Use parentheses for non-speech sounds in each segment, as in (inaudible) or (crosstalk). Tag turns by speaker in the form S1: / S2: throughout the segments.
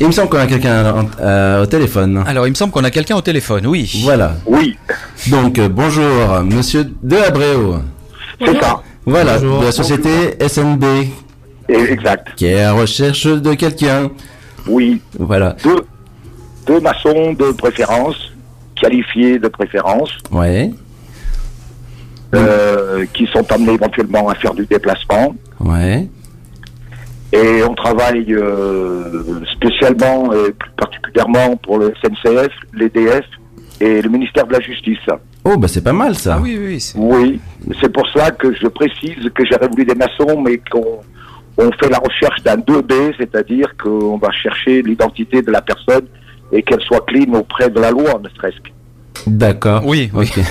S1: Il me semble qu'on a quelqu'un euh, au téléphone.
S2: Alors, il me semble qu'on a quelqu'un au téléphone, oui.
S1: Voilà.
S3: Oui,
S1: Donc, euh, bonjour, monsieur De Abreu.
S3: c'est ça.
S1: Voilà,
S4: Bonjour.
S1: de la société SNB,
S3: Et- Exact.
S1: qui est à recherche de quelqu'un.
S3: Oui,
S1: Voilà,
S3: deux, deux maçons de préférence, qualifiés de préférence,
S1: ouais,
S3: euh, qui sont amenés éventuellement à faire du déplacement.
S1: ouais,
S3: Et on travaille euh, spécialement et plus particulièrement pour le SNCF, l'EDF et le ministère de la Justice.
S1: Oh, bah c'est pas mal ça.
S2: Ah oui, oui, oui, c'est-
S3: Oui, c'est pour cela que je précise que j'avais voulu des maçons, mais qu'on on fait la recherche d'un 2B, c'est-à-dire qu'on va chercher l'identité de la personne et qu'elle soit clean auprès de la loi, ne serait-ce que.
S1: D'accord.
S2: Oui, oui.
S1: Ok.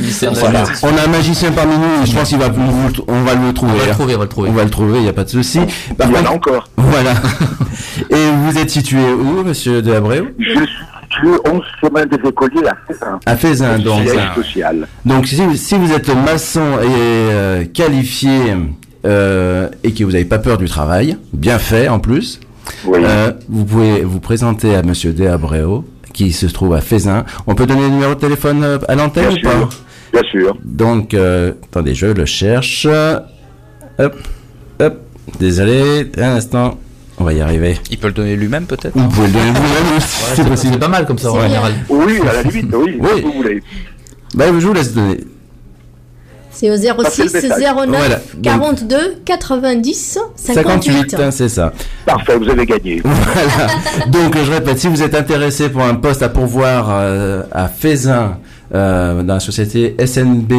S4: Ministère de la
S1: Voilà.
S4: Justice.
S1: On a un magicien parmi nous, et je pense qu'il va nous- vous- on va le trouver.
S4: On va le
S1: hein.
S4: trouver, on va le trouver.
S1: On va le trouver, il n'y a pas de souci. Par
S3: Il y en a
S1: contre-
S3: encore.
S1: (laughs) voilà. Et vous êtes situé où, monsieur De Abreu
S3: Je suis situé 11 chemins des écoliers à Cézanne,
S1: À Faisin, donc.
S3: siège
S2: ça.
S3: social.
S1: Donc si, si vous êtes maçon et euh, qualifié euh, et que vous n'avez pas peur du travail, bien fait en plus,
S3: Oui.
S1: euh, vous pouvez vous présenter à Monsieur De Abreu qui se trouve à Faisin. On peut donner le numéro de téléphone euh, à l'antenne
S3: bien
S1: ou pas
S3: sûr. Bien sûr.
S1: Donc, euh, attendez, je le cherche. Hop, hop, désolé, un instant, on va y arriver.
S2: Il peut le donner lui-même, peut-être
S1: Vous pouvez le donner vous-même,
S4: Ah. Ouais,
S1: c'est
S4: c'est- C'est
S1: possible.
S4: pas mal comme ça en
S5: C'est
S4: général.
S3: Oui, à la limite, oui,
S1: Oui.
S3: si vous voulez.
S1: Bah, je vous laisse donner.
S5: C'est au 06
S3: Passez le
S5: 09
S1: Voilà, donc-
S5: 42 90 58.
S1: 58, hein, c'est ça.
S3: Parfait, vous avez gagné.
S1: Voilà. Donc, je répète, si vous êtes intéressé pour un poste à pourvoir euh, à Faisin, euh, dans la société SNB,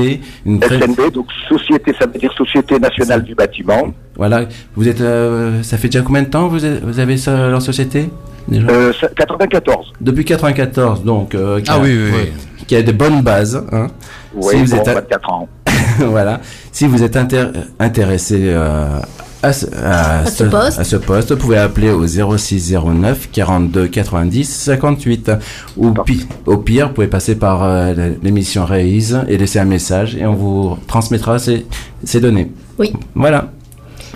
S1: une très-
S3: SNB, donc société, ça veut dire Société Nationale du Bâtiment.
S1: voilà, vous êtes, euh, ça fait déjà combien de temps vous avez, vous avez ça, leur société déjà
S3: Euh, 94.
S1: Depuis 94, donc, euh, qui
S2: Ah
S1: a-
S2: oui, oui, oui.
S1: qui a de bonnes bases, hein.
S3: Oui,
S1: Si vous
S3: bon,
S1: êtes à-
S3: 24 ans.
S1: (laughs) voilà. Si vous êtes inter- intéressé euh, à, ce, à
S5: À ce poste.
S1: à ce poste, vous pouvez appeler au 06 09 42 90 58. Ou pi- au pire, vous pouvez passer par euh, la- l'émission Raise et laisser un message et on vous transmettra ces, ces données.
S5: Oui.
S1: Voilà.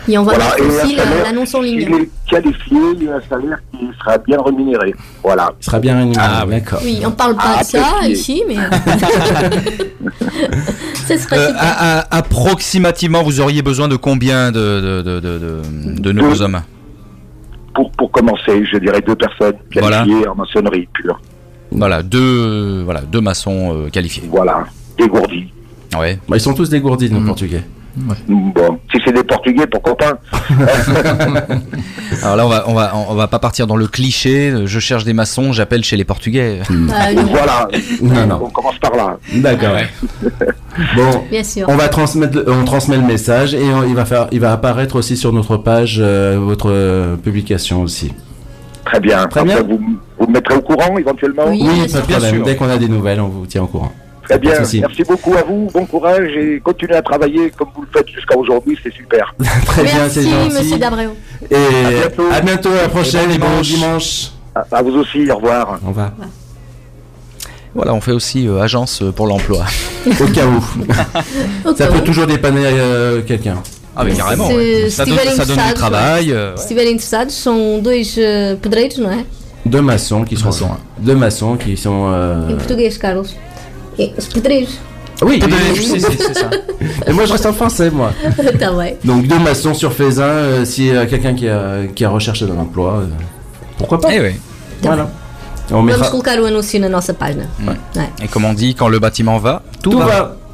S5: Et on va
S3: Voilà,
S5: mettre
S3: et un
S5: aussi la-
S3: salaire,
S5: euh, l'annonce en
S3: s'il
S5: ligne.
S3: est qualifié, il y a un salaire qui sera bien rémunéré. Voilà.
S1: Il sera bien rémunéré.
S2: Ah, oui.
S1: D'accord.
S5: Oui, on parle pas
S3: Ah,
S5: de ça
S3: apprécié.
S5: ici, mais.
S3: (laughs)
S5: Ce serait
S2: Euh,
S5: super.
S2: à- à- approximativement, vous auriez besoin de combien de, de, de, de, de- de nouveaux
S3: Deux.
S2: hommes
S3: Pour, pour commencer, je dirais deux personnes
S2: Voilà.
S3: qualifiées en maçonnerie pure.
S2: Voilà, deux, voilà, deux maçons euh, qualifiés.
S3: Voilà. Dégourdis.
S2: Ouais.
S1: Bah, ils sont tous dégourdis, nos
S4: Mm.
S1: Portugais.
S3: Bon, si c'est des Portugais, pourquoi pas
S2: Alors là, on va, on va, on va pas partir dans le cliché. euh, Je cherche des maçons, j'appelle chez les Portugais.
S5: Ah, non,
S3: Voilà.
S1: (laughs) Non, non.
S2: (laughs)
S3: On commence par là.
S1: D'accord. Bon,
S5: bien sûr.
S1: On va transmettre, le- on transmet le message et on- il va faire, il va apparaître aussi sur notre page euh, votre euh, publication aussi.
S3: Très bien.
S1: Très
S3: Comme
S1: bien.
S3: ça, Vous, m- vous me mettrez au courant éventuellement
S5: Oui. bien
S1: pas
S5: sûr.
S1: de
S2: Bien
S1: problème.
S2: sûr.
S1: Dès qu'on a des nouvelles, on vous tient au courant.
S3: Très bien.
S1: Pas de souci.
S3: Merci beaucoup à vous. Bon courage et continuez à travailler comme vous le faites jusqu'à aujourd'hui.
S1: (laughs)
S3: C'est super.
S1: (laughs) Très bien, c'est
S5: Merci,
S1: gentil.
S5: monsieur Dabreo.
S1: Et à bientôt,
S3: bientôt.
S1: à la prochaine et
S2: Et bon
S1: bon
S2: dimanche.
S1: dimanche.
S3: À, à vous aussi. Au revoir.
S1: Au revoir.
S2: Voilà, on fait aussi euh, agence euh, pour l'emploi.
S1: Au cas où,
S5: Ok.
S1: ça peut toujours dépanner euh, quelqu'un.
S2: Ah mais carrément.
S5: C'est-
S2: ouais. Ça
S5: c'est
S2: donne, ça
S5: Valence
S2: donne
S5: Sage,
S2: du travail. euh,
S5: Se estiverem interessados, são dois eh, pedreiros, não é?
S1: Deux maçons qui sont,
S4: maçons, hein.
S1: deux maçons qui sont. euh,
S5: Em português, Carlos. É, Os pedreiros. (laughs)
S1: Oui.
S2: ouais. Eh C'est- c'est- c'est ça.
S1: Et moi, je reste en français, moi.
S5: Está bem.
S1: Donc deux maçons sur Faisin. euh, si euh, quelqu'un qui a qui a recherché un emploi, euh, pourquoi pas
S2: Eh oui.
S1: Voilà. On
S5: Vamos
S1: mettra.
S5: colocar o anúncio na nossa página. não é?
S2: Et comme on dit, quand le bâtiment va, tout,
S1: Tout
S2: va.
S1: va.